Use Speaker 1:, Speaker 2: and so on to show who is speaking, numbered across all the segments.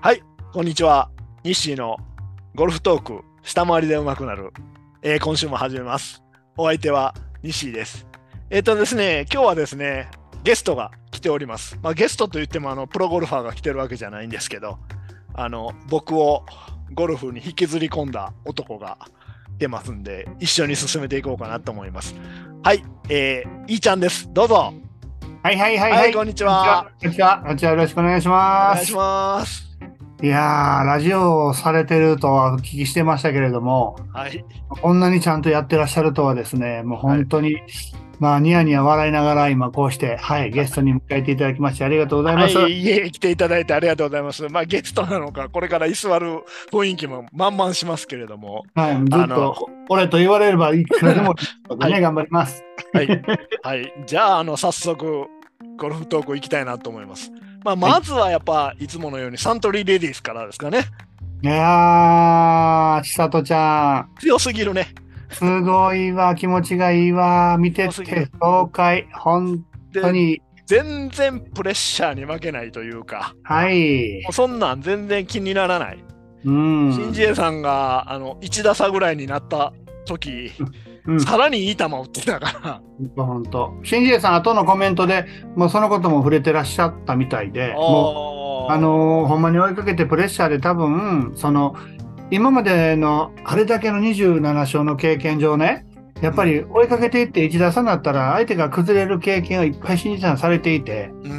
Speaker 1: はい、こんにちは。ニッシーのゴルフトーク、下回りで上手くなる。えー今週も始めます。お相手はニッシーです。えっ、とですね、今日はですね、ゲストが来ております。まあ、ゲストといってもあのプロゴルファーが来てるわけじゃないんですけど、あの僕をゴルフに引きずり込んだ男が来てますんで、一緒に進めていこうかなと思います。はい、えー、いーちゃんです。どうぞ。
Speaker 2: はいはいはい
Speaker 1: はい、
Speaker 2: はい。
Speaker 1: こんにちは。
Speaker 2: こんにちは。こんにちは。よろしくお願いし
Speaker 1: お
Speaker 2: ま
Speaker 1: 願い
Speaker 2: す。
Speaker 1: します。
Speaker 2: いやー、ラジオをされてるとはお聞きしてましたけれども、
Speaker 1: はい、
Speaker 2: こんなにちゃんとやってらっしゃるとはですね、もう本当に、まあ、ニヤニヤ笑いながら今こうして、はい、ゲストに迎えていただきましてありがとうござい
Speaker 1: は
Speaker 2: ます。
Speaker 1: い、家に来ていただいてありがとうございます。まあ、ゲストなのか、これから居座る雰囲気も満々しますけれども、
Speaker 2: はい、ず
Speaker 1: あ
Speaker 2: っ
Speaker 1: の
Speaker 2: と、俺と言われればいくらでも、ね、
Speaker 1: はい
Speaker 2: 頑張ります。
Speaker 1: はい、 はい、じゃあ、あの、早速、ゴルフトーク行きたいなと思います。まあ、まずはやっぱ、い、つものようにサントリーレディースからですかね。
Speaker 2: いやー、ちさとちゃん、
Speaker 1: 強すぎるね。
Speaker 2: すごいわ、気持ちがいいわ、見てて爽快、本
Speaker 1: で
Speaker 2: 当、に、
Speaker 1: 全然プレッシャーに負けないというか、
Speaker 2: はい
Speaker 1: もう。そんなん全然気にならない。
Speaker 2: うん。
Speaker 1: シン・ジエさんが、あの、1打差ぐらいになった時、
Speaker 2: うん
Speaker 1: さらにいい球を打ってたから、
Speaker 2: 本当。新次さん、後のコメントで、もうそのことも触れてらっしゃったみたいで、 もう、あ
Speaker 1: あ
Speaker 2: のーほんまに追いかけてプレッシャーで多分、その、今までのあれだけの27勝の経験上ね、やっぱり追いかけていって1打差になったら、相手が崩れる経験をいっぱい新次さんされていて、
Speaker 1: うんうんう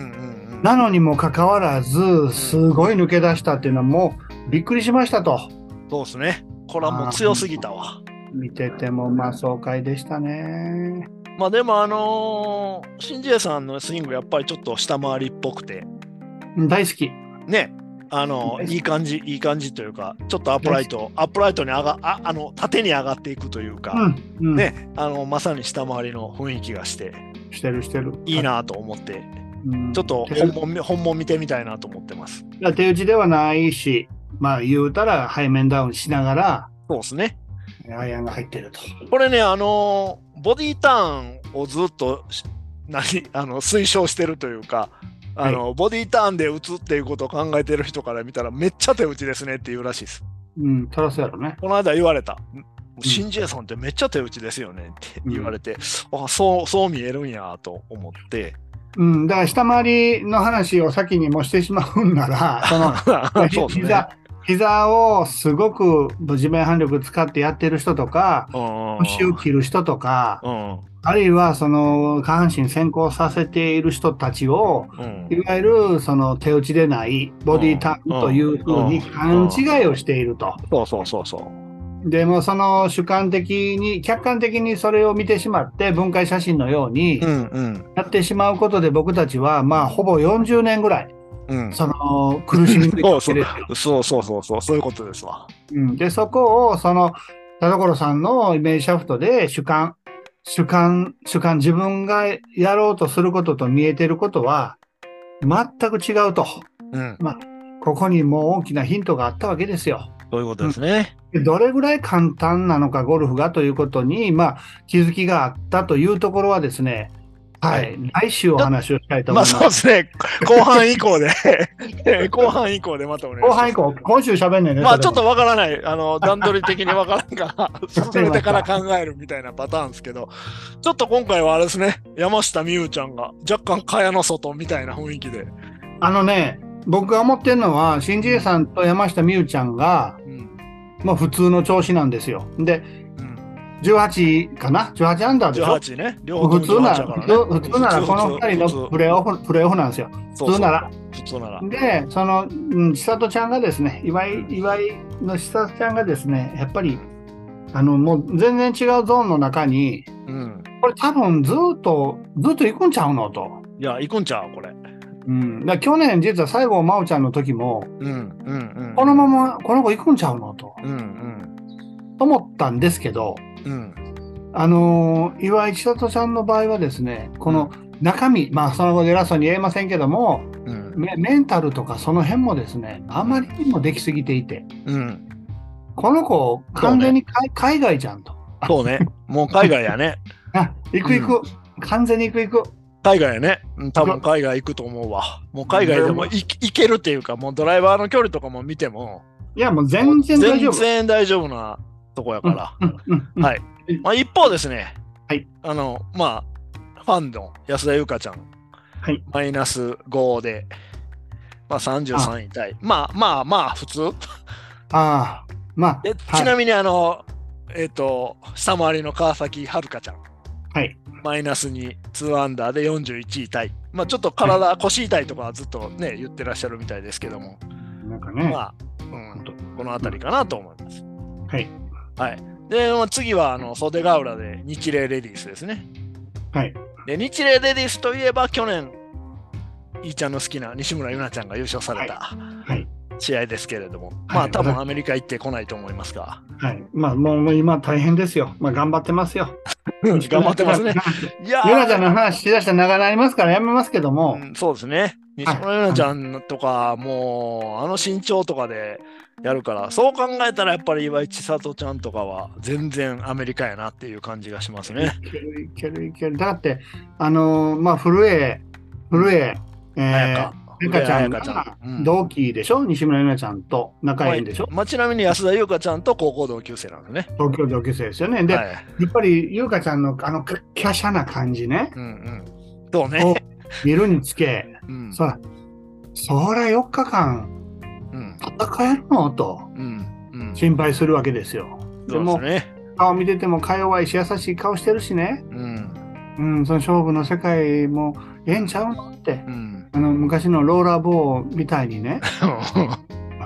Speaker 1: ん、
Speaker 2: なのにもかかわらず、すごい抜け出したっていうのは、もうびっくりしましたと。
Speaker 1: そうですね。これはもう強すぎたわ。
Speaker 2: 見てても、まあ、爽快でしたね。
Speaker 1: まあでもあのー、シンジエさんのスイングやっぱりちょっと下回りっぽくて、
Speaker 2: うん大好き。
Speaker 1: ね、あのーいい感じ、いい感じというか、ちょっとアップライト、アップライトに上が、ああの、縦に上がっていくというか、
Speaker 2: うん。うん、
Speaker 1: ね、あの、まさに下回りの雰囲気がして、
Speaker 2: してるしてる。
Speaker 1: いいなと思って、
Speaker 2: うん
Speaker 1: ちょっと本物見本物見てみたいなと思ってます。
Speaker 2: いや手打ちではないし、まあ言うたら背面ダウンしながら、
Speaker 1: そうですね。
Speaker 2: アイアンが入ってると。
Speaker 1: これね、あのーボディターンをずっとし何 あの推奨してるというか、あのボディターンで打つっていうことを考えてる人から見たら、めっちゃ手打ちですねって言うらしいです。
Speaker 2: うん、トラスやろね。
Speaker 1: この間言われた、シン・ジエさんってめっちゃ手打ちですよねって言われて、あそうそう見えるんやと思って、
Speaker 2: うん、だから下回りの話を先にもしてしまうんなら、そ の、
Speaker 1: そうですね
Speaker 2: 膝。膝をすごく地面反力使ってやってる人とか、
Speaker 1: うん
Speaker 2: 腰を切る人とか、
Speaker 1: うん
Speaker 2: あるいはその下半身先行させている人たちを、
Speaker 1: うん
Speaker 2: いわゆるその手打ちでないボディターンというふうに勘違いをしていると。
Speaker 1: そうそうそうそう。
Speaker 2: でもその主観的に客観的にそれを見てしまって分解写真のように
Speaker 1: うんうん
Speaker 2: やってしまうことで僕たちはまあほぼ40年ぐらい
Speaker 1: うん。
Speaker 2: その苦しみに
Speaker 1: そう
Speaker 2: て
Speaker 1: そ
Speaker 2: る
Speaker 1: うそうそうそうそうそういうことですわ。
Speaker 2: うんでそこをその田所さんのイメージシャフトで主観主観主観自分がやろうとすることと見えてることは全く違うと
Speaker 1: うん。
Speaker 2: ここにもう大きなヒントがあったわけですよ。
Speaker 1: そういうことですね。
Speaker 2: でどれぐらい簡単なのか、ゴルフがということに、まあ、気づきがあったというところはですね、はい、来週お話をしたいと思
Speaker 1: ま
Speaker 2: い
Speaker 1: あ
Speaker 2: ます。
Speaker 1: そうですね。後半以降で、 後半以降でまたお願いします。
Speaker 2: 後半以降、今週喋んねんね。
Speaker 1: まあち
Speaker 2: そ
Speaker 1: ょっ
Speaker 2: れも
Speaker 1: とわからない、あの段取り的にわからんから、
Speaker 2: した
Speaker 1: 進めてから考えるみたいなパターンですけど、ちょっと今回はあれですね、山下美優ちゃんが若干蚊帳の外みたいな雰囲気で、
Speaker 2: あのね、僕が思ってるのは、新人さんと山下美宇ちゃんが、
Speaker 1: うん
Speaker 2: まあ、普通の調子なんですよ。で、
Speaker 1: うん、
Speaker 2: 18かな ?18 アンダーでしょ
Speaker 1: 18ね、両方
Speaker 2: 普通なら、
Speaker 1: 18
Speaker 2: 普
Speaker 1: だからね
Speaker 2: 通普通ならこの2人のプレーオフ、プレーオフなんですよ。
Speaker 1: そうそう
Speaker 2: 普通なら
Speaker 1: 普通なら。
Speaker 2: で、その、うん、千里ちゃんがですね、岩井岩井の千里ちゃんがですね、やっぱり、あの、もう全然違うゾーンの中に、
Speaker 1: うん、
Speaker 2: これ多分ずっと、ずっと行くんちゃうのと。
Speaker 1: いや、行くんちゃう、これ。
Speaker 2: うん、だから去年、実は西郷真央ちゃんの時も、
Speaker 1: うん、うん、うん。
Speaker 2: このままこの子行くんちゃうのと
Speaker 1: うん、うん、
Speaker 2: と思ったんですけど、
Speaker 1: うん。
Speaker 2: あのー岩井千里ちゃんの場合はですね、この中身、まあ、その後で偉そうに言えませんけども、
Speaker 1: うん、
Speaker 2: メメンタルとかその辺もですね、あまりにもできすぎていて、
Speaker 1: うん。
Speaker 2: この子、完全に海,、海外じゃんと。
Speaker 1: そうね、もう海外やね。
Speaker 2: あ、行く行く、完全に行く行く。
Speaker 1: 海外やね。うん多分海外行くと思うわ。もう海外でもい行けるっていうか、もうドライバーの距離とかも見ても、
Speaker 2: いや、もう全然大丈
Speaker 1: 全
Speaker 2: 夫。
Speaker 1: 然大丈夫なとこやから。
Speaker 2: うんうんうん
Speaker 1: はいまあ、一方ですね、
Speaker 2: はい
Speaker 1: あの、まあ、ファンの安田優香ちゃん、
Speaker 2: はい
Speaker 1: マイナス5で、まあ、33位タイ。まあまあまあ、普通。
Speaker 2: ああ、まあ
Speaker 1: で、
Speaker 2: はい
Speaker 1: ちなみに、あの、えっ、と、下回りの川崎遥香ちゃん、
Speaker 2: はい。
Speaker 1: マイナス2、2アンダーで41位タイ。まあ、ちょっと体、腰痛いとかはずっとね、言ってらっしゃるみたいですけども、
Speaker 2: なんかね、
Speaker 1: まあ、うん、この辺りかなと思います。
Speaker 2: はい。
Speaker 1: はい。で、まあ、次は、あの、袖ヶ浦で日霊レディースですね。
Speaker 2: はい。
Speaker 1: で、日霊レディースといえば、去年、いーちゃんの好きな西村優菜ちゃんが優勝された
Speaker 2: はい
Speaker 1: 試合ですけれども、ま
Speaker 2: は
Speaker 1: あ、
Speaker 2: い
Speaker 1: 多分アメリカ行ってこないと思いますが、
Speaker 2: はい。まあ、もうもう今大変ですよ。まあ、頑張ってますよ。
Speaker 1: 頑張ってますね。いやー
Speaker 2: ゆなちゃんの話しだしたら長なりますからやめますけども、
Speaker 1: うんそうですね。西村優菜ちゃんとか、もう、あの身長とかでやるから、そう考えたら、やっぱり岩井千里ちゃんとかは、全然アメリカやなっていう感じがしますね。
Speaker 2: いけるいけるいける。だって、あのーまあ、古江、古江、え
Speaker 1: あや
Speaker 2: ー
Speaker 1: か、
Speaker 2: ゆかちゃん
Speaker 1: や
Speaker 2: が
Speaker 1: うん
Speaker 2: 同期でしょ、西村ゆなちゃんと仲いいんでしょ、
Speaker 1: まあ、ちなみに安田優香ちゃんと高校同級生なんですね。
Speaker 2: 東京同級生ですよね。で、
Speaker 1: はい、
Speaker 2: やっぱりゆかちゃんのあの華奢な感じね、
Speaker 1: うんうん。そうね。
Speaker 2: を見るにつけ、
Speaker 1: うん
Speaker 2: そら、そら4日間
Speaker 1: うん
Speaker 2: 戦えるのと
Speaker 1: うんうん。
Speaker 2: 心配するわけですよ。で
Speaker 1: そう
Speaker 2: も、
Speaker 1: ですね。
Speaker 2: 顔見ててもか弱いし優しい顔してるしね、
Speaker 1: うん
Speaker 2: うん、その勝負の世界もええんちゃうのって
Speaker 1: う。ん。
Speaker 2: あの昔のローラーボーみたいにね、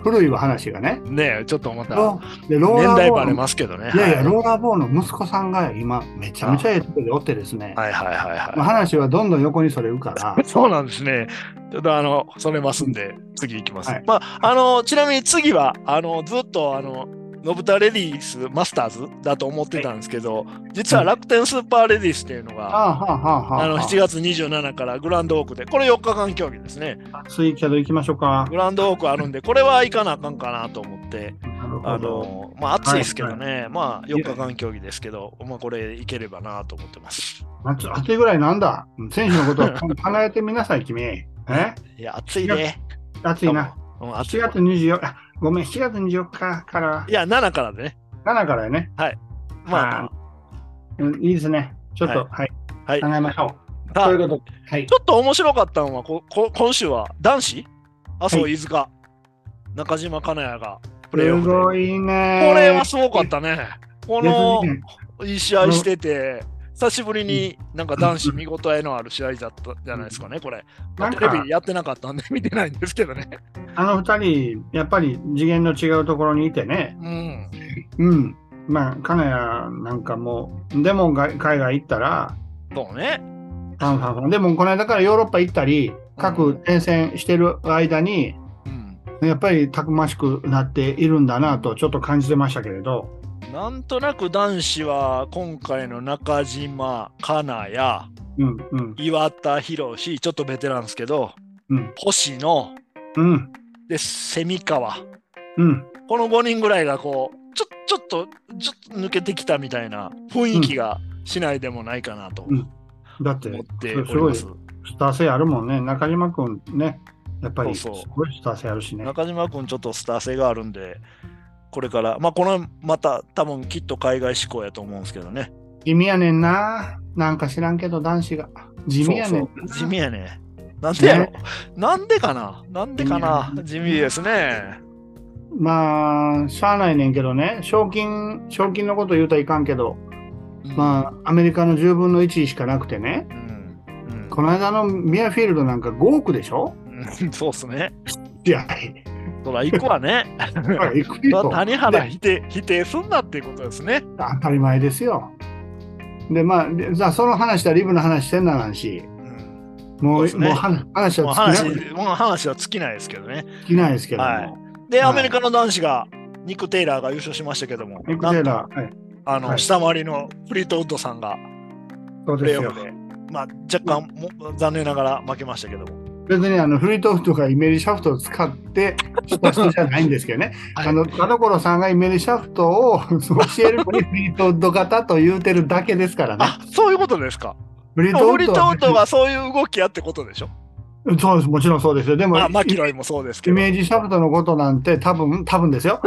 Speaker 2: 古いわ話がね。
Speaker 1: ねえ、ちょっとまた
Speaker 2: ロでロー
Speaker 1: 年
Speaker 2: ラ
Speaker 1: 代
Speaker 2: ーボ
Speaker 1: バレ
Speaker 2: ーの
Speaker 1: ますけどね。
Speaker 2: いやいや、
Speaker 1: はい
Speaker 2: ローラーボーの息子さんが今、めちゃめちゃええとこでおってですね、
Speaker 1: はいはいはいは
Speaker 2: 話はどんどん横にそれ るから、
Speaker 1: い。そうなんですね。ちょっとあの、それますんで、次行きます。
Speaker 2: はい
Speaker 1: まあ、あの、ちなみに次は、あの、ずっと、あの、ノブタレディースマスターズだと思ってたんですけど、実は楽天スーパーレディースっていうの
Speaker 2: あ
Speaker 1: が、
Speaker 2: あはあはあはあ
Speaker 1: あの7月27からグランドオークで、これ4日間競技ですね。
Speaker 2: ツイキャド行きましょうか。
Speaker 1: グランドオークあるんで、これは行かなあかんかなと思って、
Speaker 2: なる
Speaker 1: あ
Speaker 2: ほど。
Speaker 1: のまあ、暑いですけどね、まあ4日間競技ですけど、まあ、これ行ければなと思ってます。
Speaker 2: 夏暑いぐらいなんだ。選手のことを考えてみなさい、君。え
Speaker 1: いや、暑いね。
Speaker 2: 暑いな。
Speaker 1: うん、暑い
Speaker 2: 7。月24日、ごめん、7月24日から
Speaker 1: いや、7からでね。
Speaker 2: 7からやね。
Speaker 1: まあ、
Speaker 2: あ、うんいいですね。ちょっと、はい、
Speaker 1: はい。
Speaker 2: 考えましょう。
Speaker 1: さあ
Speaker 2: という
Speaker 1: ち
Speaker 2: ことで、はい。
Speaker 1: ょっと面白かったのは、ここ今週は男子、麻生
Speaker 2: は
Speaker 1: 飯塚、中島金谷がプレーオ
Speaker 2: す
Speaker 1: フで。
Speaker 2: ご
Speaker 1: こ
Speaker 2: いね。
Speaker 1: れはすごかったね。この
Speaker 2: 別にね
Speaker 1: いい試合してて、久しぶりになんか男子見応えのある試合だったじゃないですかね、これ。まあ
Speaker 2: なん
Speaker 1: テ
Speaker 2: か
Speaker 1: レビやってなかったんで見てないんですけどね。
Speaker 2: あの二人、やっぱり次元の違うところにいてね。
Speaker 1: うん。
Speaker 2: うん。まあ、金谷なんかもう、でもが海外行ったら、
Speaker 1: そうね。
Speaker 2: ファンファンファン。でも、この間からヨーロッパ行ったり、各転戦してる間に、
Speaker 1: うん。
Speaker 2: やっぱりたくましくなっているんだなと、ちょっと感じてましたけれど。
Speaker 1: なんとなく男子は今回の中島、金谷、
Speaker 2: うん、うん、
Speaker 1: 岩田博ちょっとベテランですけど、
Speaker 2: うん、
Speaker 1: 星野、
Speaker 2: うん、
Speaker 1: で、蝉川。
Speaker 2: うん。
Speaker 1: この5人ぐらいがこう、ちょちょっと、ちょっと抜けてきたみたいな雰囲気がしないでもないかなと
Speaker 2: うんだって、
Speaker 1: 思っており
Speaker 2: すすご
Speaker 1: ま
Speaker 2: い
Speaker 1: す
Speaker 2: ス。ター性あるもんね。中島君ね、やっぱりす
Speaker 1: そうそう
Speaker 2: ごいスター性あるしね。
Speaker 1: 中島君ちょっとスター性があるんで、これから、まあこのまた多分きっと海外志向やと思うんですけどね。
Speaker 2: 地味やねんな。なんか知らんけど、男子が。地味やねんな
Speaker 1: そうそう地味やね。なんでやろ、
Speaker 2: ね
Speaker 1: なんでかななんでかな地味ですね。
Speaker 2: まあ、しゃあないねんけどね、賞金、賞金のこと言うたらいかんけど、
Speaker 1: うん
Speaker 2: まあ、アメリカの10分の1しかなくてね、
Speaker 1: うんうん
Speaker 2: この間のミアフィールドなんか5億でしょ
Speaker 1: うん そうっすね。
Speaker 2: い や、
Speaker 1: そら行くわ ね。
Speaker 2: 行くよ
Speaker 1: 谷原
Speaker 2: で
Speaker 1: 否定否定すんなっていうことですね。
Speaker 2: 当たり前ですよ。で、まあ、でじゃあその話だ、リブの話してんななんし、
Speaker 1: うん
Speaker 2: もう、
Speaker 1: そうですね
Speaker 2: もう話話
Speaker 1: もう
Speaker 2: は
Speaker 1: 話
Speaker 2: 尽きな
Speaker 1: もう話は尽きないですけどね。
Speaker 2: 尽きないですけども、
Speaker 1: はいで、
Speaker 2: はい
Speaker 1: アメリカの男子がニック・テイラーが優勝しましたけども、
Speaker 2: ニック・
Speaker 1: なん
Speaker 2: テ
Speaker 1: と
Speaker 2: イラー、はい、
Speaker 1: あの、
Speaker 2: はい
Speaker 1: 下回りのフリートウッドさんが
Speaker 2: そう
Speaker 1: プレ
Speaker 2: です
Speaker 1: ーオフ
Speaker 2: よ。
Speaker 1: で、まあ、若干も、残念ながら負けましたけども、
Speaker 2: 別にあのフリートークとかイメージシャフトを使ってした人じゃないんですけどね、
Speaker 1: はい
Speaker 2: あの田所さんがイメージシャフトを教えるのにフリートウッド型と言うてるだけですからね
Speaker 1: あそういうことですか。
Speaker 2: ブリ
Speaker 1: フリ
Speaker 2: ト
Speaker 1: ト
Speaker 2: ー
Speaker 1: ー
Speaker 2: ト
Speaker 1: ト
Speaker 2: は
Speaker 1: がそういう動きやってことで しょ。
Speaker 2: そうです、もちろんそうですよ。でも、
Speaker 1: まあ、マキ
Speaker 2: イ
Speaker 1: ロイもそうですけど。
Speaker 2: メージシャフトのことなんて多分、多分ですよ。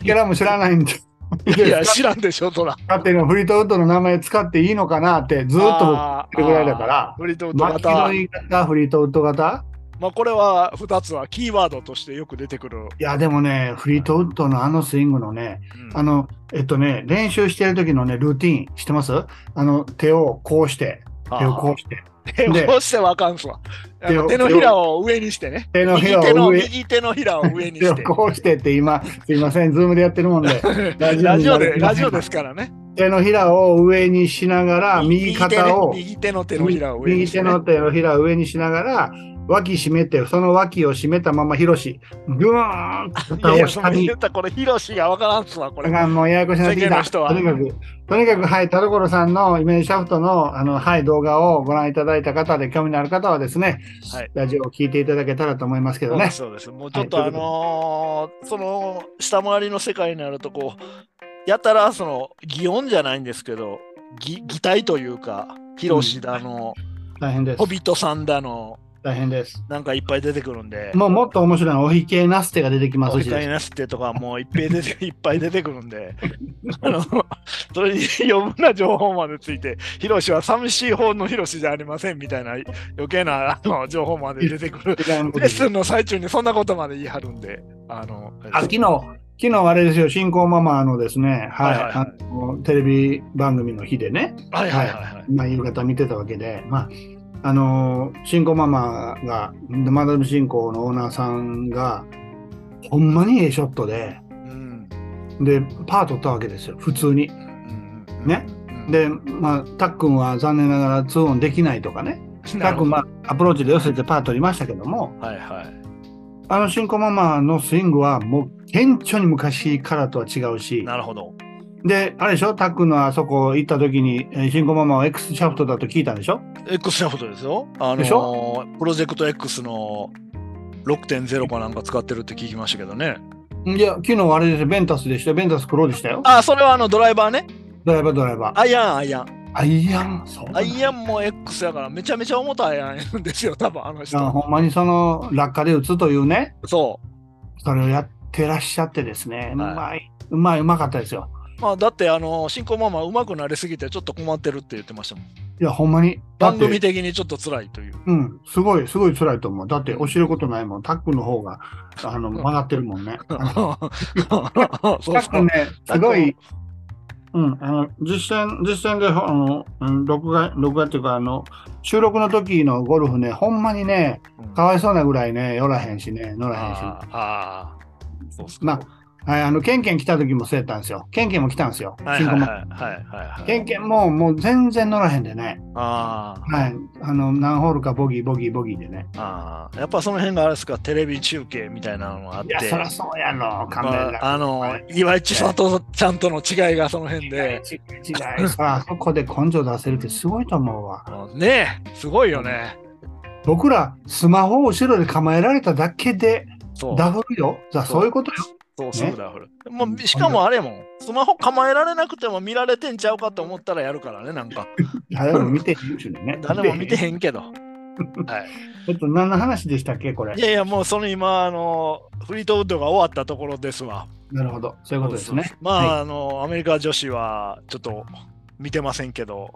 Speaker 2: ヒゲラも知らないんで。
Speaker 1: いや、 知らんでしょ、トラ。
Speaker 2: 使ってるのはフリートウッドの名前使っていいのかなってずーっと僕
Speaker 1: あー
Speaker 2: 言ってるぐらいだから
Speaker 1: あーフリートウッド
Speaker 2: マキロ
Speaker 1: 型。
Speaker 2: イ型フリートウッド型
Speaker 1: まあ、これは2つはキーワードとしてよく出てくる。
Speaker 2: いやでもねフリートウッドのあのスイングのね
Speaker 1: うん
Speaker 2: あのえっとね練習してる時のねルーティン知ってますあの手をこうして手をこうして
Speaker 1: 手を
Speaker 2: で
Speaker 1: こうしてはあかんすわ。あ
Speaker 2: 手を
Speaker 1: の手のひらを上にしてね。
Speaker 2: 手のひ
Speaker 1: 右
Speaker 2: ら
Speaker 1: 手の
Speaker 2: を上
Speaker 1: 右手のひらを上に
Speaker 2: 手
Speaker 1: し
Speaker 2: を
Speaker 1: て。
Speaker 2: こうしてって今すいませんズームでやってるもんでラジオ
Speaker 1: ラ
Speaker 2: に
Speaker 1: ジオ
Speaker 2: な
Speaker 1: で、
Speaker 2: りま
Speaker 1: ラ
Speaker 2: せん
Speaker 1: ジオですからね。
Speaker 2: 手のひらを上にしながら右肩を
Speaker 1: 右手ね右手の手のひらを上に
Speaker 2: 右
Speaker 1: して
Speaker 2: 手
Speaker 1: ね。
Speaker 2: の手のひらを上にしながら脇締めてその脇を締めたまま広しグーンと
Speaker 1: いやい
Speaker 2: 肩を
Speaker 1: や、その
Speaker 2: 下に
Speaker 1: 言ったこれ、ヒロシがわからんすわ、こ
Speaker 2: だ
Speaker 1: れ。
Speaker 2: からもうややこしなってき
Speaker 1: 世間の
Speaker 2: た。
Speaker 1: 人は
Speaker 2: とにかく、とにかく、はい、田所さんのイメージシャフトの、あの、はい、動画をご覧いただいた方で、興味のある方はですね、
Speaker 1: はい
Speaker 2: ラジオを聞いていただけたらと思いますけどね。
Speaker 1: そうです。そうですもうちょっと、あのーその下回りの世界になるとこう、やたらその擬音じゃないんですけど、擬擬態というか、ヒロシだの、
Speaker 2: 大変です
Speaker 1: ホ。ビトさんだの、
Speaker 2: 大変です。
Speaker 1: なんかいっぱい出てくるんで、
Speaker 2: もう、もっと面白いのは、おひけなすてが出てきます
Speaker 1: 世
Speaker 2: し、
Speaker 1: 界なすってとかもういっぱい出ていっぱい出てくるんで、 あのそれに余分な情報までついて、ヒロシは寂しい方のヒロシじゃありませんみたいな余計なあの情報まで出てくる。
Speaker 2: 違うこと
Speaker 1: レッ
Speaker 2: です
Speaker 1: スンの最中にそんなことまで言い張るんで、あの、
Speaker 2: あ昨日、昨日あれですよ、新婚ママのですね、はい、
Speaker 1: はいはいはい
Speaker 2: あのテレビ番組の日でね、
Speaker 1: はいはいはいはい。
Speaker 2: まあ、夕方見てたわけで、まああのー新婚ママがマダム新婚のオーナーさんがほんまにええショットで
Speaker 1: うん
Speaker 2: でパー取ったわけですよ普通に。ね。で、まあ、たっくんは残念ながら2オンできないとかねたっくん、ま
Speaker 1: は。
Speaker 2: あ、アプローチで寄せてパー取りましたけども
Speaker 1: はいはい。
Speaker 2: あの新婚ママのスイングはもう顕著に昔からとは違うし
Speaker 1: なるほど。
Speaker 2: であれでしょたっくんのあそこ行った時にえー新婚ママは X シャフトだと聞いたんでしょ
Speaker 1: X のことですよ。あの
Speaker 2: でし
Speaker 1: プロジェクト X の6.0かなんか使ってるって聞きましたけどね。
Speaker 2: いや昨日あれですよベンタスでしたよベンタス黒でしたよ
Speaker 1: あ、それはあのドライバーね。
Speaker 2: ドライバードライバー。
Speaker 1: アイアン、アイアン。
Speaker 2: アイアンそう
Speaker 1: アイアンも X やからめちゃめちゃ重たいアイアンですよ、多分あの人。
Speaker 2: あほんまにその落下で打つというね、
Speaker 1: そ
Speaker 2: それをやってらっしゃってですね、う
Speaker 1: はい
Speaker 2: まい、うまい、うまかったですよ。
Speaker 1: う。まあ、だって、あの、新婚ママ上手くなりすぎてちょっと困ってるって言ってましたもん。
Speaker 2: いや、ほんまに。だっ
Speaker 1: 番
Speaker 2: て
Speaker 1: 組的にちょっと辛いという。
Speaker 2: うん、すごい、すごい辛いと思う。だって、教えることないもん。タックの方が、あの、
Speaker 1: うん
Speaker 2: 曲がってるもんね。あの
Speaker 1: そう
Speaker 2: タ
Speaker 1: そう
Speaker 2: ックね、
Speaker 1: タッ
Speaker 2: す
Speaker 1: クも
Speaker 2: ごい、うん、あの、実践、実践で、あの、うん録画、録画っていうか、あの、収録の時のゴルフね、ほんまにね、かわいそうなぐらいね、寄らへんしね、乗らへんしね。
Speaker 1: あーあー、そうっすか
Speaker 2: まあはい、あの、ケンケン来た時もそうやったんですよ。ケンケンも来たんですよ。
Speaker 1: はい
Speaker 2: 新
Speaker 1: はい
Speaker 2: 婚
Speaker 1: はい
Speaker 2: も。
Speaker 1: はいはいはい。
Speaker 2: ケンケンも、もう全然乗らへんでね。
Speaker 1: あー
Speaker 2: はい。あの、何ホールかボギー、ボギー、ボギーでね。
Speaker 1: あー、やっぱその辺があれですか、テレビ中継みたいなのがあっ
Speaker 2: いや、
Speaker 1: て、
Speaker 2: そらそうやろ、
Speaker 1: ま
Speaker 2: 勘弁だ。
Speaker 1: あ、あの、岩井千里ちゃんとの違いがその辺で、
Speaker 2: 違う違う。そら、そこで根性出せるってすごいと思うわ。
Speaker 1: ねえ、すごいよね。
Speaker 2: 僕ら、スマホを後ろで構えられただけで、
Speaker 1: そう、
Speaker 2: ダフるよ。さあ、
Speaker 1: そう
Speaker 2: そういうことよ。
Speaker 1: そう、
Speaker 2: ね
Speaker 1: すぐダフル。もうしかもあれやもん、スマホ構えられなくても見られてんちゃうかと思ったらやるからね、なん か、
Speaker 2: 誰も見てへん しね。
Speaker 1: 誰も見て
Speaker 2: ん。
Speaker 1: へんけ ど。はい
Speaker 2: ちょっと何の話でしたっけ、これ
Speaker 1: い。やいや、もうその今、あの、フリートウッドが終わったところですわ。
Speaker 2: なるほど。そういうことですね。
Speaker 1: まあ、
Speaker 2: は
Speaker 1: あの、アメリカ女子はちょっと見てませんけど、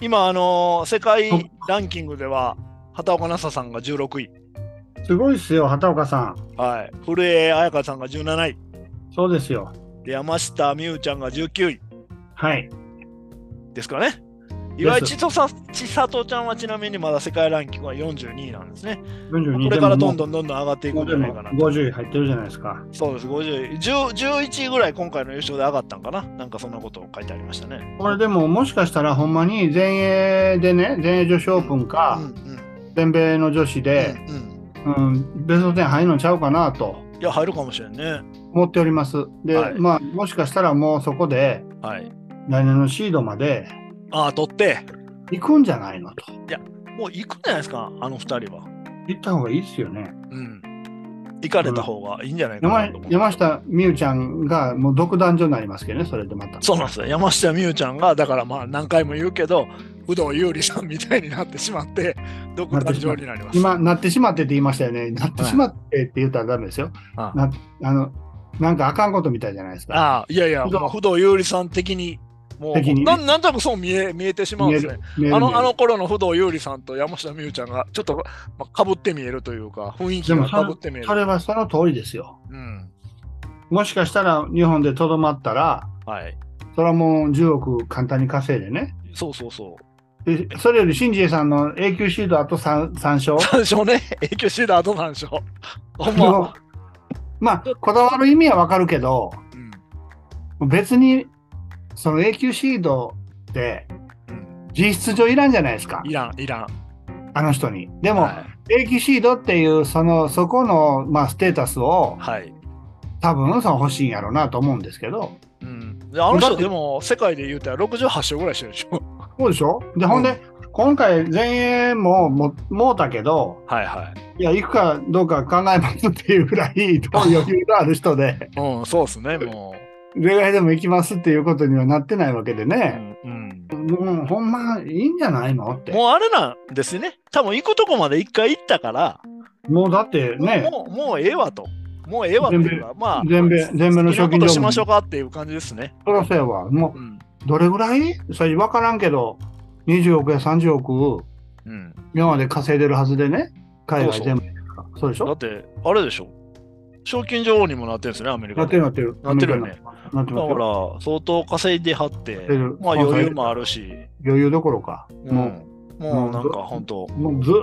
Speaker 1: 今、あの、世界ランキングでは、畑岡奈紗さんが16位、
Speaker 2: すごいっすよ、畑岡さん。
Speaker 1: はい、古江彩佳さんが17位、
Speaker 2: そうですよ。
Speaker 1: で山下美夢ちゃんが19位
Speaker 2: はい。
Speaker 1: ですかね。
Speaker 2: す
Speaker 1: 岩井千里さ千里ちゃんはちなみにまだ世界ランキングは42位なんですね。
Speaker 2: 42
Speaker 1: これからどん
Speaker 2: ん
Speaker 1: どんどんどん上がっていく
Speaker 2: も
Speaker 1: ん
Speaker 2: う
Speaker 1: じ
Speaker 2: で
Speaker 1: ゃな
Speaker 2: も
Speaker 1: いかなと。
Speaker 2: 50位入ってるじゃないですか。
Speaker 1: そうです、50位。10 11位ぐらい今回の優勝で上がったんかななんかそんなことを書いてありましたね。
Speaker 2: これでももしかしたらほんまに全英でね、全英女子オープン
Speaker 1: うん
Speaker 2: か、
Speaker 1: うん
Speaker 2: 全米の女子で、
Speaker 1: うんうん
Speaker 2: うん、ベスト10入るのちゃうかなと
Speaker 1: いや、入るかもしれんね。
Speaker 2: 思っております。で、
Speaker 1: はい
Speaker 2: まあもしかしたらもうそこで
Speaker 1: はい。
Speaker 2: 来年のシードまで
Speaker 1: ああ、取って、
Speaker 2: 行くんじゃないのと。
Speaker 1: もう行くんじゃないですか、あの二人は。
Speaker 2: 行った方がいいですよね。
Speaker 1: うん。行かれた方がいいんじゃないか
Speaker 2: 山
Speaker 1: なと思う
Speaker 2: 山下美宇ちゃんがもう独壇場になりますけどね、それでまた。
Speaker 1: そうなんですよ。山下美夢ちゃんが、だからまあ何回も言うけど、有働優里さんみたいになってしまって、独壇場になります。
Speaker 2: 今、なってしまってって言いましたよね。なってしまってって言ったらダメですよ。
Speaker 1: あ
Speaker 2: なあのなんかあかんことみたいじゃないですか。
Speaker 1: ああ、いやいや、
Speaker 2: 不動
Speaker 1: まあ不動優里さん的に、もう
Speaker 2: 的にね
Speaker 1: なんなんとなくそう見え見えてしまうん
Speaker 2: 見え
Speaker 1: です
Speaker 2: る
Speaker 1: ね。
Speaker 2: 見える
Speaker 1: あ
Speaker 2: 見
Speaker 1: の
Speaker 2: え
Speaker 1: あ
Speaker 2: る
Speaker 1: の頃の不動優里さんと山下美夢ちゃんがちょっと、まあ、かぶって見えるというか、雰囲気
Speaker 2: で
Speaker 1: が
Speaker 2: も
Speaker 1: かぶって見え
Speaker 2: そ
Speaker 1: る。
Speaker 2: れはその通りですよ。
Speaker 1: うん
Speaker 2: もしかしたら日本でとどまったら、
Speaker 1: はい、
Speaker 2: それはもう10億簡単に稼いでね。
Speaker 1: そうそうそう。
Speaker 2: でそれより新次さんの永久シードあと 3, 3勝。
Speaker 1: 三勝ね、永久シードあと三勝。ほんま。
Speaker 2: のまあ、こだわる意味はわかるけど、
Speaker 1: うん
Speaker 2: 別にその永久シードって
Speaker 1: うん
Speaker 2: 実質上いらんじゃないですか
Speaker 1: い、らん、いらん。
Speaker 2: あの人に。でも、
Speaker 1: はい
Speaker 2: 永久シードっていう、そのそこの、まあ、ステータスを
Speaker 1: はい。
Speaker 2: 多分その欲しいんやろうなと思うんですけど。
Speaker 1: うん、であの
Speaker 2: だ
Speaker 1: 人
Speaker 2: って
Speaker 1: でも世界で言うたら68勝ぐらいしてるでしょ。
Speaker 2: そうでしょで、ほんで、今回全英もももうたけど、
Speaker 1: はいはい
Speaker 2: や、行くかどうか考えますっていうぐらい、どう余裕がある 人で、
Speaker 1: い。うん、そうですね、も
Speaker 2: 恋愛でも行きますっていうことにはなってないわけで
Speaker 1: う。う
Speaker 2: ね、
Speaker 1: んうん
Speaker 2: もうほんまいいんじゃないのって。も
Speaker 1: もうあれなんですね。多分行くとこまで一回行ったから、
Speaker 2: うだってね、
Speaker 1: もうもうええわと。もうええわっていうか、まあ、
Speaker 2: 全米、全米の
Speaker 1: 好きな
Speaker 2: 賞
Speaker 1: こ
Speaker 2: 金
Speaker 1: と
Speaker 2: 上
Speaker 1: しましょう
Speaker 2: そ
Speaker 1: かっていう感じですね。
Speaker 2: らそうやわ。も
Speaker 1: うん。
Speaker 2: う、どれぐらいそれ分からんけど、20億や30億、
Speaker 1: うん、
Speaker 2: 今まで稼いでるはずでね、海外全部。そうでし
Speaker 1: だ
Speaker 2: ょ
Speaker 1: って、あれでしょ。賞金女王にもなってるんですね、アメリ
Speaker 2: な
Speaker 1: カ
Speaker 2: って
Speaker 1: で。
Speaker 2: る
Speaker 1: だ
Speaker 2: なって
Speaker 1: なってる
Speaker 2: る。
Speaker 1: よね
Speaker 2: なってるなって
Speaker 1: か
Speaker 2: る。
Speaker 1: ら、相当稼いではって
Speaker 2: 稼いでる、
Speaker 1: まあ余裕もあるし、
Speaker 2: 余裕どころか。
Speaker 1: うん、
Speaker 2: もう
Speaker 1: もうなんか本当、
Speaker 2: もうずー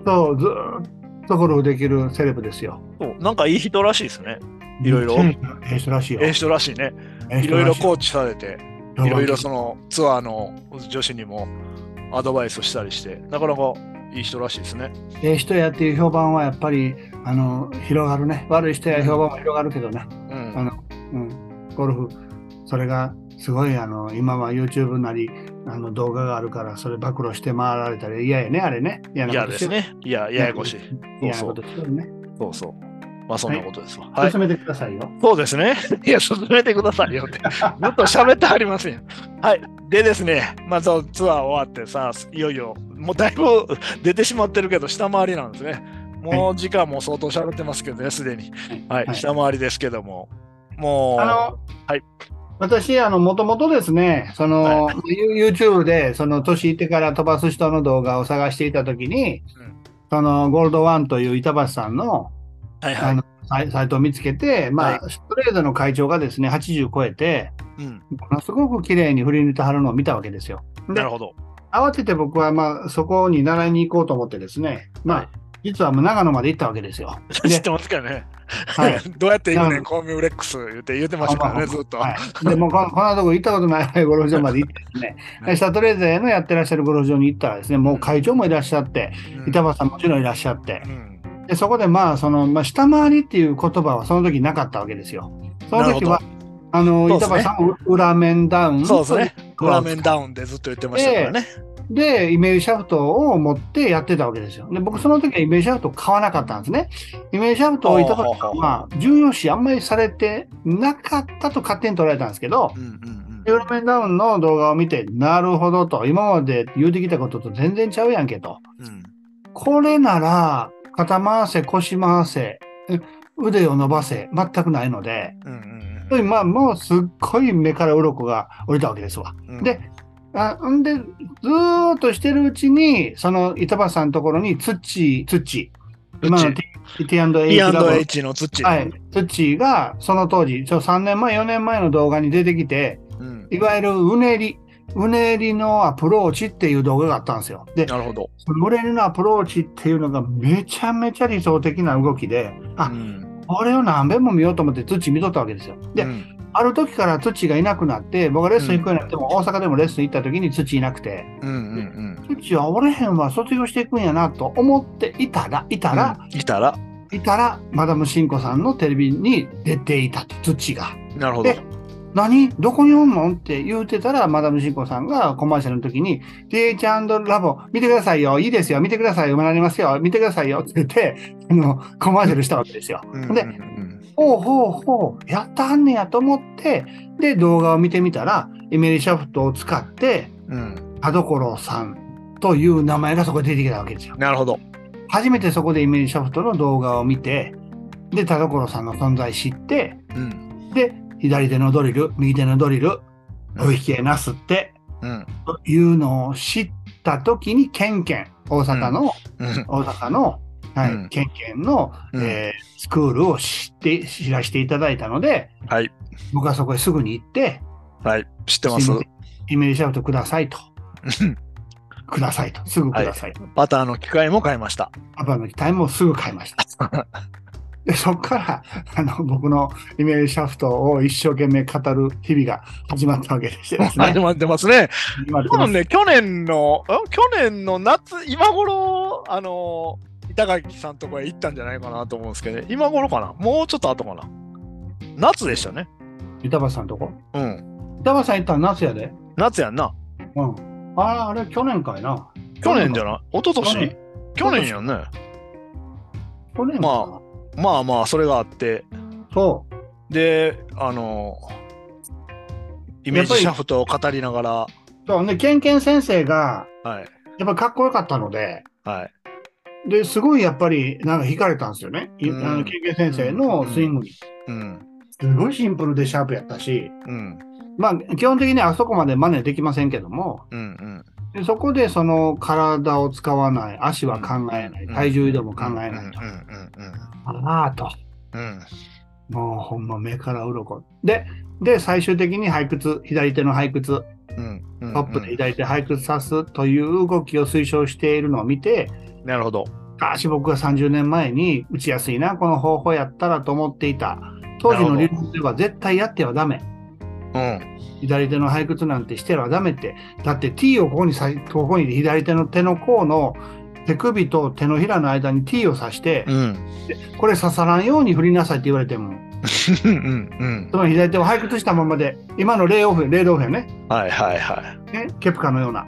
Speaker 2: っとずーっとゴルフできるセレブですよ。
Speaker 1: そうなんかいい人らしいですね。いろいろ
Speaker 2: ええ人らしいよ。
Speaker 1: ええ人らしいね。
Speaker 2: ええ
Speaker 1: い
Speaker 2: 人
Speaker 1: ろい
Speaker 2: ら
Speaker 1: ろ
Speaker 2: し
Speaker 1: コーチされて、
Speaker 2: よ
Speaker 1: いろいろそのツアーの女子にもアドバイスしたりして、なかなかいい人らしいですね。
Speaker 2: ええ人やっていう評判はやっぱりあの広がるね。悪い人や評判も広がるけどね。
Speaker 1: う
Speaker 2: あ
Speaker 1: ん。
Speaker 2: のうん、ゴルフそれがすごいあの今は YouTube なりあの動画があるからそれ暴露して回られたら嫌やねあれね。嫌
Speaker 1: い
Speaker 2: な
Speaker 1: や
Speaker 2: こと
Speaker 1: で
Speaker 2: して
Speaker 1: すね。いや、ややこしい。
Speaker 2: 嫌なことしてるね。
Speaker 1: そうそう。まあそんなことですわ。はい。
Speaker 2: 進めてくださいよ。
Speaker 1: そうですね。いや、進めてくださいよ って。ずっと喋ってはりませんよ。はい。でですね、まあ、そうツアー終わってさ、いよいよ、もうだいぶ出てしまってるけど、下回りなんですね。もう時間も相当喋ってますけどね、すでに。はい、
Speaker 2: はい
Speaker 1: 下回りですけども。もう、
Speaker 2: あの、
Speaker 1: はい
Speaker 2: 私、あの、もともとですね、その、
Speaker 1: は
Speaker 2: You- YouTube で、その、年いってから飛ばす人の動画を探していたときに、
Speaker 1: うん
Speaker 2: その、ゴールドワンという板橋さんの、
Speaker 1: はい
Speaker 2: あ
Speaker 1: はい
Speaker 2: の。サイサイトを見つけて、まあ、
Speaker 1: は
Speaker 2: ストレートの会長がですね、80超えて、
Speaker 1: うん、
Speaker 2: ものすごく綺麗に振り抜いてはるのを見たわけですよ。
Speaker 1: なるほど。
Speaker 2: 慌てて僕は、まあ、そこに習いに行こうと思ってですね、ま
Speaker 1: はい
Speaker 2: あ、実はもう長野まで行ったわけで すよ。で
Speaker 1: 知ってますからね。
Speaker 2: はい
Speaker 1: どうやって行くね、
Speaker 2: なんん
Speaker 1: コーミュレックス言って言ってましたからね、ずっと。、
Speaker 2: はい、でもうこのこんなとこ行ったことない ゴルフ場まで行ってですねでシャトレーゼのやってらっしゃるゴルフ場に行ったらですね、もう会長もいらっしゃって、
Speaker 1: うん
Speaker 2: 板橋さんもちろんいらっしゃって
Speaker 1: う、ん
Speaker 2: でそこでまあその、まあ、下回りっていう言葉はその時なかったわけですよ。その時は、あの
Speaker 1: そうで
Speaker 2: 板
Speaker 1: すね
Speaker 2: 橋さんも裏面ダウン
Speaker 1: そうですね。グラメン
Speaker 2: ン
Speaker 1: ダウンでずっと言ってましたからね。
Speaker 2: でイメージシャフトを持ってやってたわけですよ。で僕その時はイメージシャフト買わなかったんですね。イメージシャフトを板橋さんは重要視あんまりされてなかったと勝手に捉えたんですけど、
Speaker 1: うんうん
Speaker 2: ユーロメンダウンの動画を見て、なるほどと、今まで言うてきたことと全然ちゃうやんけと。
Speaker 1: うんうん。
Speaker 2: これなら、肩回せ、腰回せ、え腕を伸ばせ、全くないので、
Speaker 1: うんうんうん
Speaker 2: まあ、もうすっごい目から鱗が降りたわけですわ。
Speaker 1: うん
Speaker 2: であんで、ずーっとしてるうちに、その板橋さんのところに、ツッチー、ツッチー、今の T- T&H
Speaker 1: P&H の土。
Speaker 2: はい、ツッチーが、その当時、ちょ3年前、4年前の動画に出てきて、
Speaker 1: うん
Speaker 2: いわゆるうねり、うねりのアプローチっていう動画があったんですよ。で、
Speaker 1: なるほど。
Speaker 2: そのうねりのアプローチっていうのがめちゃめちゃ理想的な動きで、あ、
Speaker 1: うん
Speaker 2: これを何遍も見ようと思って土見とったわけですよ。で、
Speaker 1: うん
Speaker 2: ある時から土がいなくなって、僕がレッスン行くようになっても、大阪でもレッスン行った時に土いなくて、
Speaker 1: うんうん
Speaker 2: 土は折れへんわ、卒業していくんやなと思っていたら、いたら、
Speaker 1: うん。いたら、
Speaker 2: いたら、マダムシンコさんのテレビに出ていたと、土が。
Speaker 1: なるほど。
Speaker 2: で何どこにおんのって言うてたら、マダムシンコさんがコマーシャルの時に、DH& ラボ、見てくださいよ、いいですよ、見てくださいよ、学びますよ、見てくださいよって言って、あの、コマーシャルしたわけですよ。
Speaker 1: うんうん
Speaker 2: で
Speaker 1: うん
Speaker 2: ほうほうほう、やったはんねやと思って、で、動画を見てみたら、エメリシャフトを使って、
Speaker 1: うん
Speaker 2: 田所さんという名前がそこで出てきたわけですよ。
Speaker 1: なるほど。
Speaker 2: 初めてそこでイメージシャフトの動画を見て、で、田所さんの存在知って、
Speaker 1: うん。
Speaker 2: で、左手のドリル、右手のドリル、お引き絵なすって、
Speaker 1: うん。
Speaker 2: というのを知った時に、ケンケン、大阪の、
Speaker 1: うん。
Speaker 2: 大阪の、はい、
Speaker 1: うん
Speaker 2: ケンケンの、
Speaker 1: うん
Speaker 2: えースクールを知って、知らせていただいたので、
Speaker 1: はい。
Speaker 2: 僕はそこへすぐに行って、
Speaker 1: はい。知ってます
Speaker 2: すいませんイメージシャフトくださいと、
Speaker 1: うん
Speaker 2: くださいと、すぐくださいと。
Speaker 1: バターの機械も買いました。
Speaker 2: パパの機体もすぐ買いました。でそこからあの僕のイメージシャフトを一生懸命語る日々が始まったわけでし てですね。
Speaker 1: 始まってますね。
Speaker 2: 始まって
Speaker 1: 多
Speaker 2: ま
Speaker 1: 分
Speaker 2: す
Speaker 1: ね、去年の、ん去年の夏、今頃、あの、板垣さんとこへ行ったんじゃないかなと思うんですけど、ね、今頃かなもうちょっと後かな夏でしたね。
Speaker 2: 板橋さんのとこ
Speaker 1: うん。
Speaker 2: 板橋さん行ったら夏やで。
Speaker 1: 夏やんな。
Speaker 2: うん。ああ、あれ去年かいな。
Speaker 1: 去年じゃ
Speaker 2: ゃ
Speaker 1: ない一昨年去年やんね。
Speaker 2: 去年か。
Speaker 1: ままあまあ、それがあって、
Speaker 2: そう。
Speaker 1: で、あの、イメージシャフトを語りながら、
Speaker 2: そうね、ケンケン先生が
Speaker 1: はい、
Speaker 2: やっぱりかっこよかったので、
Speaker 1: はい、
Speaker 2: ですごいやっぱりなんか惹かれたんですよね。い
Speaker 1: うん
Speaker 2: あのケンケン先生のスイングに。
Speaker 1: うん、
Speaker 2: すごいシンプルでシャープやったし、
Speaker 1: うん、
Speaker 2: まあ基本的にはあそこまで真似できませんけども、
Speaker 1: うん、うん、
Speaker 2: でそこでその体を使わない、足は考えない、
Speaker 1: うん
Speaker 2: 体重移動も考え
Speaker 1: う
Speaker 2: ない
Speaker 1: ん、
Speaker 2: と。
Speaker 1: う
Speaker 2: ああと。
Speaker 1: ん、うん、
Speaker 2: もうほんま目から鱗で、で、最終的に背屈、左手の背屈、
Speaker 1: うん、うん、
Speaker 2: トップで左手背屈さすという動きを推奨しているのを見て、
Speaker 1: なるほど。
Speaker 2: あし僕が30年前に打ちやすいな、この方法やったらと思っていた。当時の
Speaker 1: なる
Speaker 2: 理
Speaker 1: ほど
Speaker 2: 論では絶対やってはダメ。
Speaker 1: うん、
Speaker 2: 左手の背屈なんてしてはダメって。だって T をここにさ、ここに左手の手の甲の手首と手のひらの間に T を刺して、
Speaker 1: うん、
Speaker 2: これ刺さらんように振りなさいって言われても、
Speaker 1: うん、うん、
Speaker 2: その左手を背屈したままで、今のレイオフ、レイドオフやね、
Speaker 1: はい、はい、はい。
Speaker 2: ねケプカのような、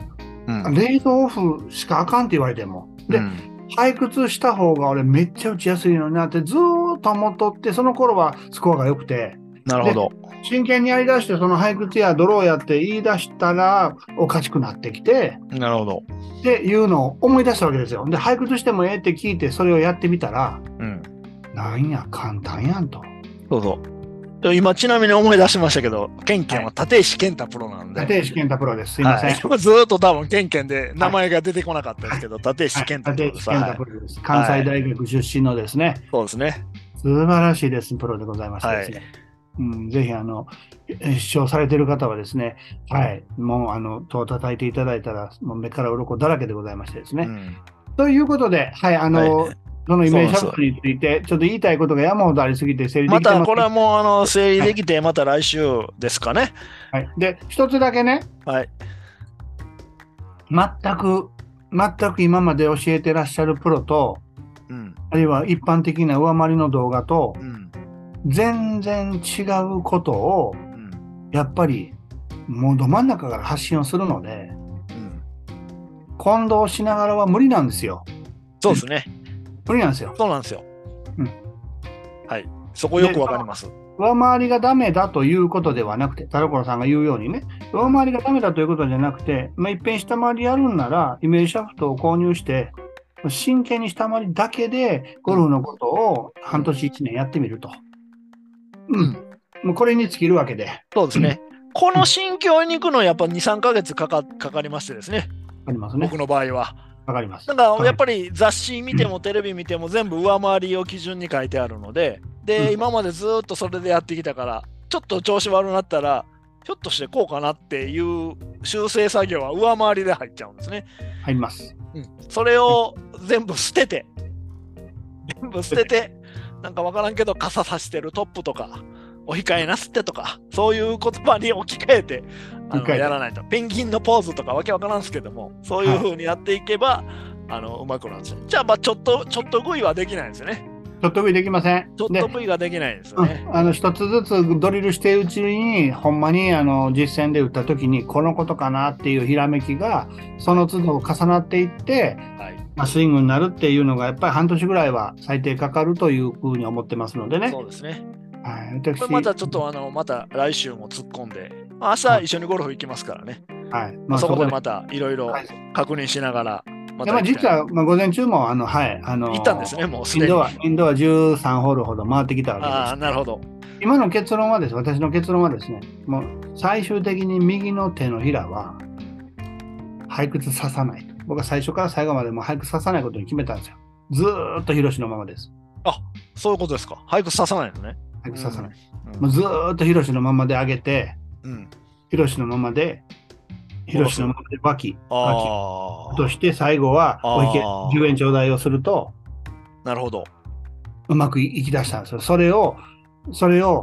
Speaker 1: うん、
Speaker 2: レイドオフしかあかんって言われても、で、
Speaker 1: うん
Speaker 2: 背屈した方が俺めっちゃ打ちやすいのになってずーっと思っとって、その頃はスコアが良くて、
Speaker 1: なるほど。
Speaker 2: 真剣にやりだして、その背屈やドローやって言い出したらおかしくなってきて、
Speaker 1: なるほど。
Speaker 2: っていうのを思い出したわけですよ。で、背屈してもええって聞いて、それをやってみたら、
Speaker 1: うん、
Speaker 2: なんや、簡単やんと。
Speaker 1: そうそう。今、ちなみに思い出しましたけど、ケンケンは立石健太プロなんで。
Speaker 2: 立石健太プロです。すいません。
Speaker 1: はい、 これずーっと多分ケンケンで名前が出てこなかったですけど、立石健太
Speaker 2: はい
Speaker 1: プロ
Speaker 2: 立
Speaker 1: です。
Speaker 2: 石健
Speaker 1: は
Speaker 2: 太
Speaker 1: い
Speaker 2: プロです。関西大学出身のですね、
Speaker 1: そうですね。
Speaker 2: 素晴らしいレッスンプロでございましてですね。うん、ぜひあのえ視聴されている方はですね、はい、もうあの戸を叩いていただいたら、もう目から鱗だらけでございましてですね。
Speaker 1: うん
Speaker 2: ということで、はい、あの、
Speaker 1: は
Speaker 2: そのイメージシャフトについて、ちょっと言いたいことが山ほどありすぎて整理で
Speaker 1: ま
Speaker 2: きて
Speaker 1: た
Speaker 2: ません
Speaker 1: これはもうあの整理できてまた来週ですかね。
Speaker 2: はい、で、一つだけね、
Speaker 1: はい。
Speaker 2: 全く、全く今まで教えてらっしゃるプロと、
Speaker 1: うん
Speaker 2: あるいは一般的な上回りの動画と、
Speaker 1: うん
Speaker 2: 全然違うことを、
Speaker 1: うん
Speaker 2: やっぱり、もうど真ん中から発信をするので、
Speaker 1: うん。
Speaker 2: 混同しながらは無理なんですよ。
Speaker 1: そうですね。
Speaker 2: 無理なんですよ。
Speaker 1: そうなんですよ。
Speaker 2: うん
Speaker 1: はい。そこよくわかります。
Speaker 2: 上回りがダメだということではなくて、田所さんが言うようにね、上回りがダメだということじゃなくて、まあ、一遍下回りやるんなら、イメージシャフトを購入して、真剣に下回りだけで、ゴルフのことを半年1年やってみると。うん。もうこれに尽きるわけで、
Speaker 1: そうですね。この心境に行くのはやっぱ2、3ヶ月かかかかりましてですね、
Speaker 2: わかりますね
Speaker 1: 僕。の場合は。
Speaker 2: わかります。
Speaker 1: なんかやっぱり雑誌見てもテレビ見ても全部上回りを基準に書いてあるので、
Speaker 2: う
Speaker 1: で、
Speaker 2: ん
Speaker 1: 今までずーっとそれでやってきたから、ちょっと調子悪くなったら、ひょっとしてこうかなっていう修正作業は上回りで入っちゃうんですね。
Speaker 2: 入ります。
Speaker 1: それを全部捨てて、全部捨てて、なんかわからんけど、傘さしてるトップとか、お控えなすってとか、そういう言葉に置き換えて、あの
Speaker 2: 置き換えて
Speaker 1: やらないと。ペンギンのポーズとかわけわからんすけども、そういう風にやっていけば、あのうまくなるんですよ。じゃあ、まあちょっと、ちょっと食いはできないんですよね。
Speaker 2: ちょっと上できません。
Speaker 1: ちょっ
Speaker 2: で
Speaker 1: と食いができないんですよね。
Speaker 2: うんあの一つずつドリルしているうちにほんまにあの実践で打った時にこのことかなっていうひらめきがその都度重なっていって、
Speaker 1: はい。
Speaker 2: まあ、スイングになるっていうのがやっぱり半年ぐらいは最低かかるというふうに思ってますのでね
Speaker 1: そ。うですね。
Speaker 2: はい、私
Speaker 1: これまたちょっと、あの、また来週も突っ込んで、まあ朝一緒にゴルフ行きますからね。
Speaker 2: はい。
Speaker 1: まあ、そこで
Speaker 2: ま
Speaker 1: またいろいろ
Speaker 2: はい
Speaker 1: 確認しながら、ま
Speaker 2: で
Speaker 1: た
Speaker 2: まあ、
Speaker 1: 行き
Speaker 2: 実
Speaker 1: たい
Speaker 2: は、まあ、午前中も、あの、はい、あの、
Speaker 1: 行ったんですね、もうす
Speaker 2: イン
Speaker 1: でに。
Speaker 2: ドは
Speaker 1: あ、
Speaker 2: インドは13ホールほど回ってきたわ
Speaker 1: あー、
Speaker 2: けで
Speaker 1: なるほど。
Speaker 2: す。今の結論はです、私の結論はですね、もう最終的に右の手のひらは、背屈刺さない。僕は最初から最後までもう背屈刺さないことに決めたんですよ。ずーっと広しのままです。
Speaker 1: そういうことですか。早く刺さないのね。
Speaker 2: 背屈刺さない。
Speaker 1: うん
Speaker 2: もうずーっと広しのままで上げて、
Speaker 1: うん、
Speaker 2: 広しのままで、広しのままで脇、脇
Speaker 1: あ
Speaker 2: と
Speaker 1: あ、
Speaker 2: して最後は、
Speaker 1: あ
Speaker 2: お
Speaker 1: ー
Speaker 2: 池、10円頂戴をすると、
Speaker 1: なるほど。
Speaker 2: うまくいきだしたんですよ。それを、それを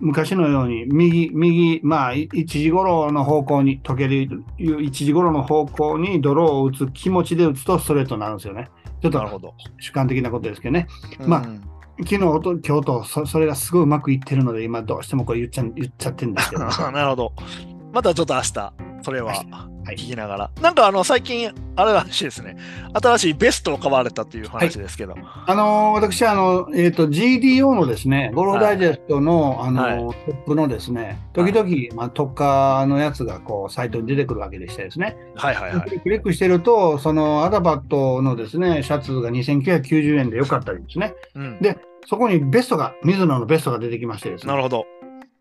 Speaker 2: 昔のように右、右、まあ、い1時頃の方向に、時計でいう1時頃の方向にドローを打つ気持ちで打つとストレートになるんですよね。ちょっ
Speaker 1: なるほ
Speaker 2: と
Speaker 1: ど。
Speaker 2: 主観的なことですけどね。まあ
Speaker 1: うん
Speaker 2: 昨日と今日とそそれがすごいうまくいってるので、今どうしてもこれ言っちゃ言っちゃってるんですけど。
Speaker 1: あーなるほど。またちょっと明日、それは
Speaker 2: は
Speaker 1: 聞
Speaker 2: い
Speaker 1: きながら。なんかあの最近、あれらしいですね。新しいベストを買われたという話ですけど。
Speaker 2: あのー私はあの、えーと、GDO のですね、ゴルフダイジェストの、あのートップのですね、時々、まあ、特化のやつがこうサイトに出てくるわけでしてですね、
Speaker 1: はいはいはい。
Speaker 2: クリックしてると、そのアダバットのですね、シャツが2990円で良かったりですね。
Speaker 1: うん、
Speaker 2: でそこにベストが、ミズノのベストが出てきましてです
Speaker 1: なる
Speaker 2: ね。
Speaker 1: ほど。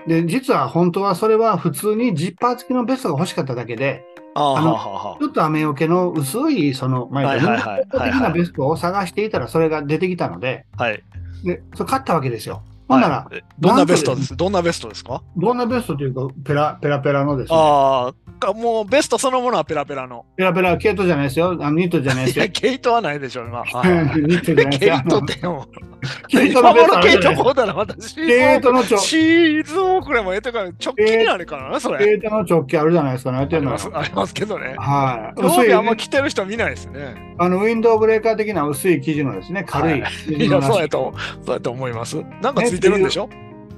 Speaker 2: で、実は本当はそれは普通にジッパー付きのベストが欲しかっただけで、
Speaker 1: ああ、は
Speaker 2: あの
Speaker 1: あはあはあ
Speaker 2: ちょっと雨よけの薄い、その、ま
Speaker 1: は
Speaker 2: あ、
Speaker 1: い
Speaker 2: 言
Speaker 1: は
Speaker 2: う
Speaker 1: い
Speaker 2: た
Speaker 1: は
Speaker 2: ら
Speaker 1: い
Speaker 2: 一般的なベストを探していたらそれが出てきたので、
Speaker 1: はい。
Speaker 2: で、それ買ったわけですよ。ほんなら
Speaker 1: は、い、えどんなベスト
Speaker 2: な
Speaker 1: で
Speaker 2: んとです
Speaker 1: どんなベストですか
Speaker 2: どんなベストというか、ペラペラペラのですね、
Speaker 1: ああ、かもうベストそのものはペラペラの。
Speaker 2: ペラペラ、ケイトじゃないですよ、あのニットじゃないで
Speaker 1: い
Speaker 2: すよ
Speaker 1: や、。毛糸はないでしょ、今。 はいはいはい
Speaker 2: ニットじゃないです
Speaker 1: 毛
Speaker 2: よ。
Speaker 1: 糸ってもう、
Speaker 2: ケイト
Speaker 1: 今
Speaker 2: のベス
Speaker 1: 頃
Speaker 2: トあ
Speaker 1: 毛
Speaker 2: るじ
Speaker 1: 糸
Speaker 2: ゃないですか
Speaker 1: こうだな、私。
Speaker 2: ケイトのちょ
Speaker 1: シーズン遅れもええとか、直近にあるからな、それ。
Speaker 2: データの直径あるじゃないですか、ね、やっ
Speaker 1: あ
Speaker 2: て
Speaker 1: り
Speaker 2: るのよ
Speaker 1: ますありますけどね。
Speaker 2: はい。
Speaker 1: 興
Speaker 2: 薄い
Speaker 1: 味あんま着てる人見ないですね。
Speaker 2: あのウィンドウブレーカー的な薄い生地のですね、軽い
Speaker 1: は
Speaker 2: 生
Speaker 1: い
Speaker 2: 地
Speaker 1: や、
Speaker 2: の
Speaker 1: そう
Speaker 2: な
Speaker 1: やと、そうやと思います。なんかついてるんでしょ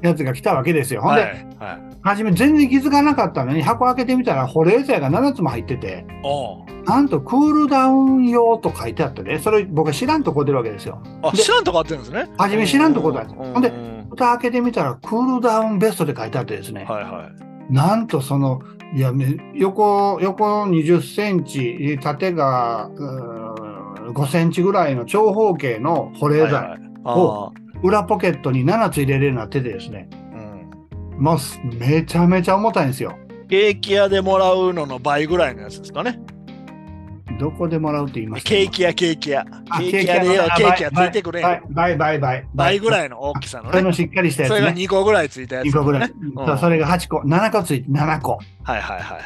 Speaker 2: やつが来たわけですよ。ほん
Speaker 1: はい。
Speaker 2: で、
Speaker 1: はい。
Speaker 2: 初め全然気づかなかったのに、箱開けてみたら、保冷剤が7つも入ってて、
Speaker 1: おう
Speaker 2: なんとクールダウン用と書いてあってね、それ僕は知らんとこ出るわけですよ。
Speaker 1: あ、
Speaker 2: で
Speaker 1: 知らんとこあってるんですね。
Speaker 2: 初め知らんとこだった
Speaker 1: う
Speaker 2: ほんで
Speaker 1: う
Speaker 2: 蓋開けてみたら、クールダウンベストで書いてあってですね、
Speaker 1: はいはい。
Speaker 2: なんとその、いや、め横、横20センチ、縦が、うーん5センチぐらいの長方形の保冷剤、
Speaker 1: はいはいあ
Speaker 2: を裏ポケットに7つ入れるようになっててですね、
Speaker 1: ーうん
Speaker 2: もうすめちゃめちゃ重たいんですよ。
Speaker 1: ケーキ屋でもらうのの倍ぐらいのやつですかね。
Speaker 2: どこでもらうって言います
Speaker 1: ケーキ屋、ケーキ屋。ケ
Speaker 2: あ
Speaker 1: ーキ屋で言えばケーキ屋ついてくれ
Speaker 2: は
Speaker 1: へん
Speaker 2: い。、倍、倍、倍。
Speaker 1: 倍ぐ
Speaker 2: い。
Speaker 1: らいの大きさの
Speaker 2: それ
Speaker 1: ね。
Speaker 2: のしっかりしたや
Speaker 1: それが
Speaker 2: つね。
Speaker 1: 2個ぐらいついたやつ。
Speaker 2: 2個ぐらい。
Speaker 1: うん
Speaker 2: そうそれが8個、7個ついて、7個。
Speaker 1: はいはいはいはい。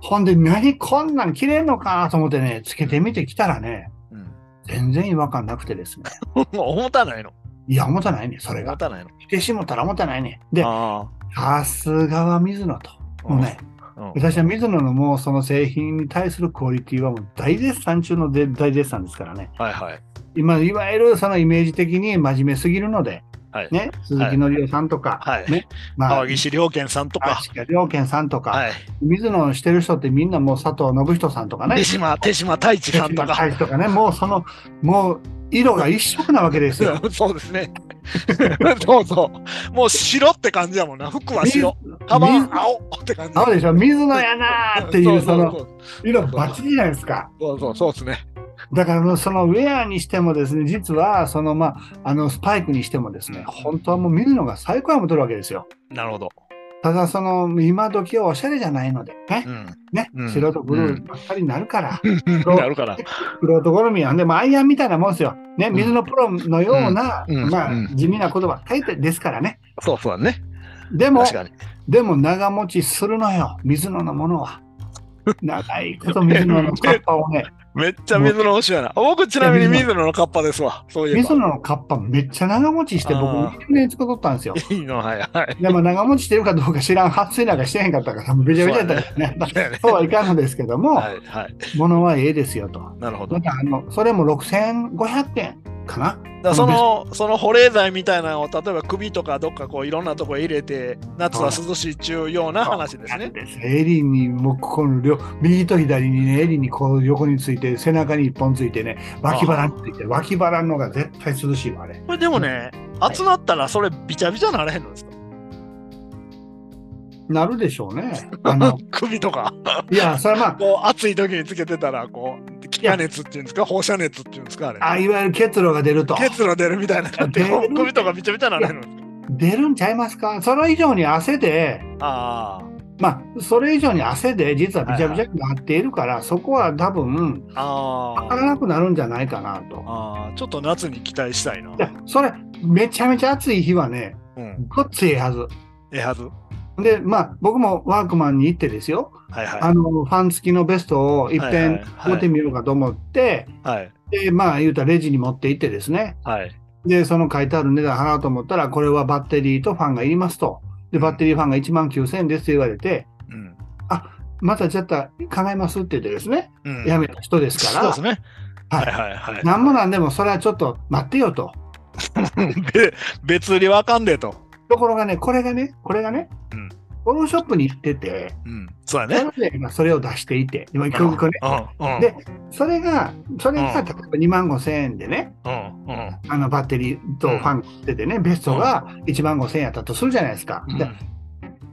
Speaker 2: ほんで、何こんなん切れんのかなと思ってね、つけてみてきたらね、
Speaker 1: うん
Speaker 2: 全然違和感なくてですね。
Speaker 1: 重たないの。
Speaker 2: いや、重たないね、それ
Speaker 1: 重
Speaker 2: が。
Speaker 1: たないの。
Speaker 2: 来てしもたら重たないね。で、
Speaker 1: あ
Speaker 2: さすがは水野と。
Speaker 1: ー
Speaker 2: もうね、、
Speaker 1: うん
Speaker 2: 私は水野のもうその製品に対するクオリティはもう大絶賛中ので大絶賛ですからね。
Speaker 1: はいはい。
Speaker 2: 今、いわゆるそのイメージ的に真面目すぎるので、
Speaker 1: はい
Speaker 2: ね、鈴木のりおさんとか、
Speaker 1: はい
Speaker 2: ね、まあ、
Speaker 1: 川岸良健さんとか。
Speaker 2: 足利良健さんとか、
Speaker 1: はい。
Speaker 2: 水野をしてる人ってみんなもう佐藤信人さんとかね
Speaker 1: 手、島、手島太一さんとか。
Speaker 2: 大志とかね、もうその、もう色が一色なわけですよ。
Speaker 1: そうですね。 そうそう。もう白って感じやもんな。服は白。カバン
Speaker 2: 水
Speaker 1: 青って感じ。
Speaker 2: そうでしょ、水野やなーっていうその
Speaker 1: う
Speaker 2: 色バッチリじゃないですか。
Speaker 1: そうそうそうですね。
Speaker 2: だからもうそのウェアにしてもですね、実はそのまあ、あのスパイクにしてもですね、本当はもう見るのが最高やもとるわけですよ。
Speaker 1: なるほど。
Speaker 2: ただその今時はおしゃれじゃないので、ね
Speaker 1: う、ん。
Speaker 2: ね
Speaker 1: うん
Speaker 2: 白とブルーばっかりになるから、そう
Speaker 1: なるから。
Speaker 2: ブロート好みなんで、まあ、アイアンみたいなもんですよ。ね、水のプロのような、
Speaker 1: うんうん
Speaker 2: ま
Speaker 1: う
Speaker 2: あ、
Speaker 1: ん
Speaker 2: 地味な言葉、書いてですからね。
Speaker 1: そうそうだね。
Speaker 2: でも
Speaker 1: 確、かに。
Speaker 2: でも長持ちするのよ、水野のものは。長いこと水野のカッパをね、
Speaker 1: めっちゃ水野欲しいやな。僕ちなみに水野のカッパですわ。そういえ
Speaker 2: 水
Speaker 1: ば。
Speaker 2: 野のカッパめっちゃ長持ちして、僕
Speaker 1: あー
Speaker 2: 20年使っとったんですよ。
Speaker 1: いいの、はいはい。
Speaker 2: でも長持ちしてるかどうか知らん、発生なんかしてへんかったから、もうべちゃべちゃやったから ね。
Speaker 1: だよね
Speaker 2: そうはいかんのですけども、
Speaker 1: はいはい。
Speaker 2: 物はええですよと。
Speaker 1: なるほど。
Speaker 2: ま
Speaker 1: だか
Speaker 2: たあの、それも6500円かな。
Speaker 1: らその、その保冷剤みたいなのを、例えば首とかどっかこういろんなとこへ入れて、夏は涼しいっちゅうような話ですね。
Speaker 2: エリンに、もうここの両、右と左にね、エリンにこう横について、背中に一本ついてね、脇腹について、脇腹の方が絶対涼しいわ、あれ。
Speaker 1: これでもね、
Speaker 2: い
Speaker 1: 暑なったらそれびちゃびちゃなれへんのですか
Speaker 2: なるでしょうね。あの
Speaker 1: 首とか、
Speaker 2: いや、それはまあ、
Speaker 1: こう暑い時につけてたら、こう、気化熱っていうんですか、放射熱っていうんですか、あれ。
Speaker 2: あいわゆる結露が出ると。
Speaker 1: 結露出るみたいな感じで、
Speaker 2: 出る
Speaker 1: 首とかびちゃびちゃなれるんです
Speaker 2: 出るんちゃいますかそれ以上に汗で、
Speaker 1: かあ
Speaker 2: まあ、それ以上に汗で実はびちゃびちゃになっているから、そこは多分、
Speaker 1: あ、あ
Speaker 2: わから
Speaker 1: あ、
Speaker 2: なくなるんじゃないかなと。
Speaker 1: ああ、ちょっと夏に期待したいな。
Speaker 2: いや、それ、めちゃめちゃ暑い日はね、
Speaker 1: うん。
Speaker 2: ごっついはず。
Speaker 1: ええはず。は
Speaker 2: で、まあ、僕もワークマンに行ってですよ、
Speaker 1: いはい。
Speaker 2: あの、ファン付きのベストを一
Speaker 1: はいはい
Speaker 2: 遍
Speaker 1: はい
Speaker 2: 持ってみようかと思って、
Speaker 1: はい。
Speaker 2: で、まあ、言うたらレジに持って行ってですね、
Speaker 1: はい。
Speaker 2: で、その書いてある値段払おうと思ったら、これはバッテリーとファンがいりますと。で、バッテリーファンが1万9000円ですと言われて、
Speaker 1: うん。
Speaker 2: またちょっと考えますって言ってですね、
Speaker 1: うん。
Speaker 2: やめた人ですか
Speaker 1: そう
Speaker 2: ら、
Speaker 1: ですね。
Speaker 2: は
Speaker 1: はいいはいはい。
Speaker 2: なんもなんでもそれはちょっと待ってよと。
Speaker 1: べ 別売りはあかんでと。
Speaker 2: ところがね、これがね、これがね、
Speaker 1: うん
Speaker 2: フォローショップに行ってて、
Speaker 1: うん。そうや
Speaker 2: な
Speaker 1: ね。
Speaker 2: ので今それを出していて、今、曲ね、
Speaker 1: うんうん。
Speaker 2: でそれが、それ
Speaker 1: う
Speaker 2: が
Speaker 1: ん
Speaker 2: 例えば2万5千円でね、
Speaker 1: うんうん。
Speaker 2: あのバッテリーとファンが出てね、ベストが1万5千円やったとするじゃないですか。
Speaker 1: うん
Speaker 2: で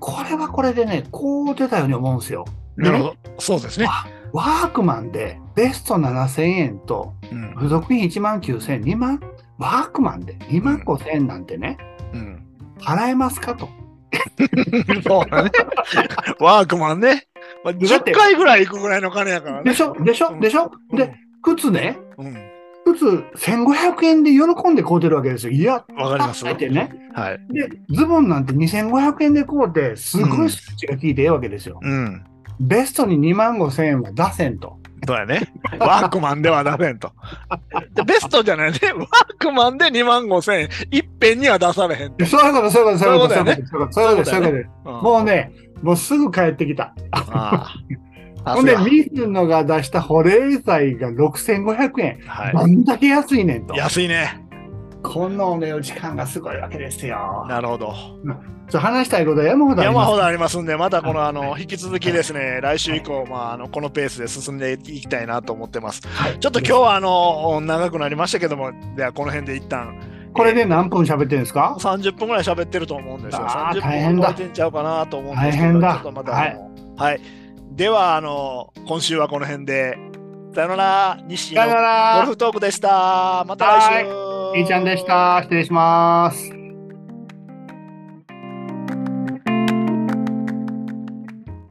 Speaker 2: これはこれでね、こう出たように思うんですよ。
Speaker 1: なるほど。そうですね。
Speaker 2: ワークマンでベスト7千円と
Speaker 1: うん
Speaker 2: 付属品1万9千円、2万、ワークマンで2万5千円なんてね、
Speaker 1: うん。
Speaker 2: 払えますかと。
Speaker 1: そうだね。 ワークマンね。まあ、
Speaker 2: だって
Speaker 1: 10回ぐらい行くぐらいの金やから
Speaker 2: で
Speaker 1: ね。
Speaker 2: しょでしょでしょ
Speaker 1: うん
Speaker 2: で、、靴ね、
Speaker 1: うん。
Speaker 2: 靴1500円で喜んで買うてるわけですよ。いや、
Speaker 1: わかります。
Speaker 2: 高
Speaker 1: はい
Speaker 2: ってね。
Speaker 1: い。
Speaker 2: で、ズボンなんて2500円で買うて、すごいスイッチが効いてええわけですよ。
Speaker 1: うん。
Speaker 2: ベストに2万5000円は出せんと。
Speaker 1: そうやね。 ワークマンでは出せんと。でベストじゃない ね。ワークマンで2万5千円。いっぺんには出されへん。
Speaker 2: そういうこと、そういうこと、そういうこと、
Speaker 1: そういう
Speaker 2: そういうこと、そういうこと、そうい
Speaker 1: そ
Speaker 2: うこと
Speaker 1: う
Speaker 2: です
Speaker 1: うん
Speaker 2: もうね、もうすぐ帰ってきた。
Speaker 1: ああ。
Speaker 2: ほんで、
Speaker 1: さす
Speaker 2: ミスノが出した保冷剤が6500円。
Speaker 1: がはい
Speaker 2: どんだけ安いねんと。
Speaker 1: 安いね。
Speaker 2: こんなお値打ち感がすごいわけですよ。
Speaker 1: なるほど。
Speaker 2: ちょ話したいことは山ほどあり
Speaker 1: 山
Speaker 2: ます
Speaker 1: ほどありますんで、またこの
Speaker 2: はい
Speaker 1: あの引き続きですね、来週以降、まあ、あのこのペースで進んでいきたいなと思ってます。
Speaker 2: はい
Speaker 1: ちょっと今日はあの長くなりましたけども、ではこの辺で一旦
Speaker 2: これで何分喋ってるんですか
Speaker 1: 30分ぐらい喋ってると思うんですよ。
Speaker 2: あー
Speaker 1: 30
Speaker 2: 大変
Speaker 1: 分
Speaker 2: だ
Speaker 1: 超えてんちゃうかなと思うんですけど、
Speaker 2: 大変だ
Speaker 1: ちょっとまたあのはい。ではあの、今週はこの辺で、さよなら、西
Speaker 2: さよな
Speaker 1: のゴル
Speaker 2: ら
Speaker 1: フトークでした。また来週。
Speaker 2: いいちゃんでした。失礼します。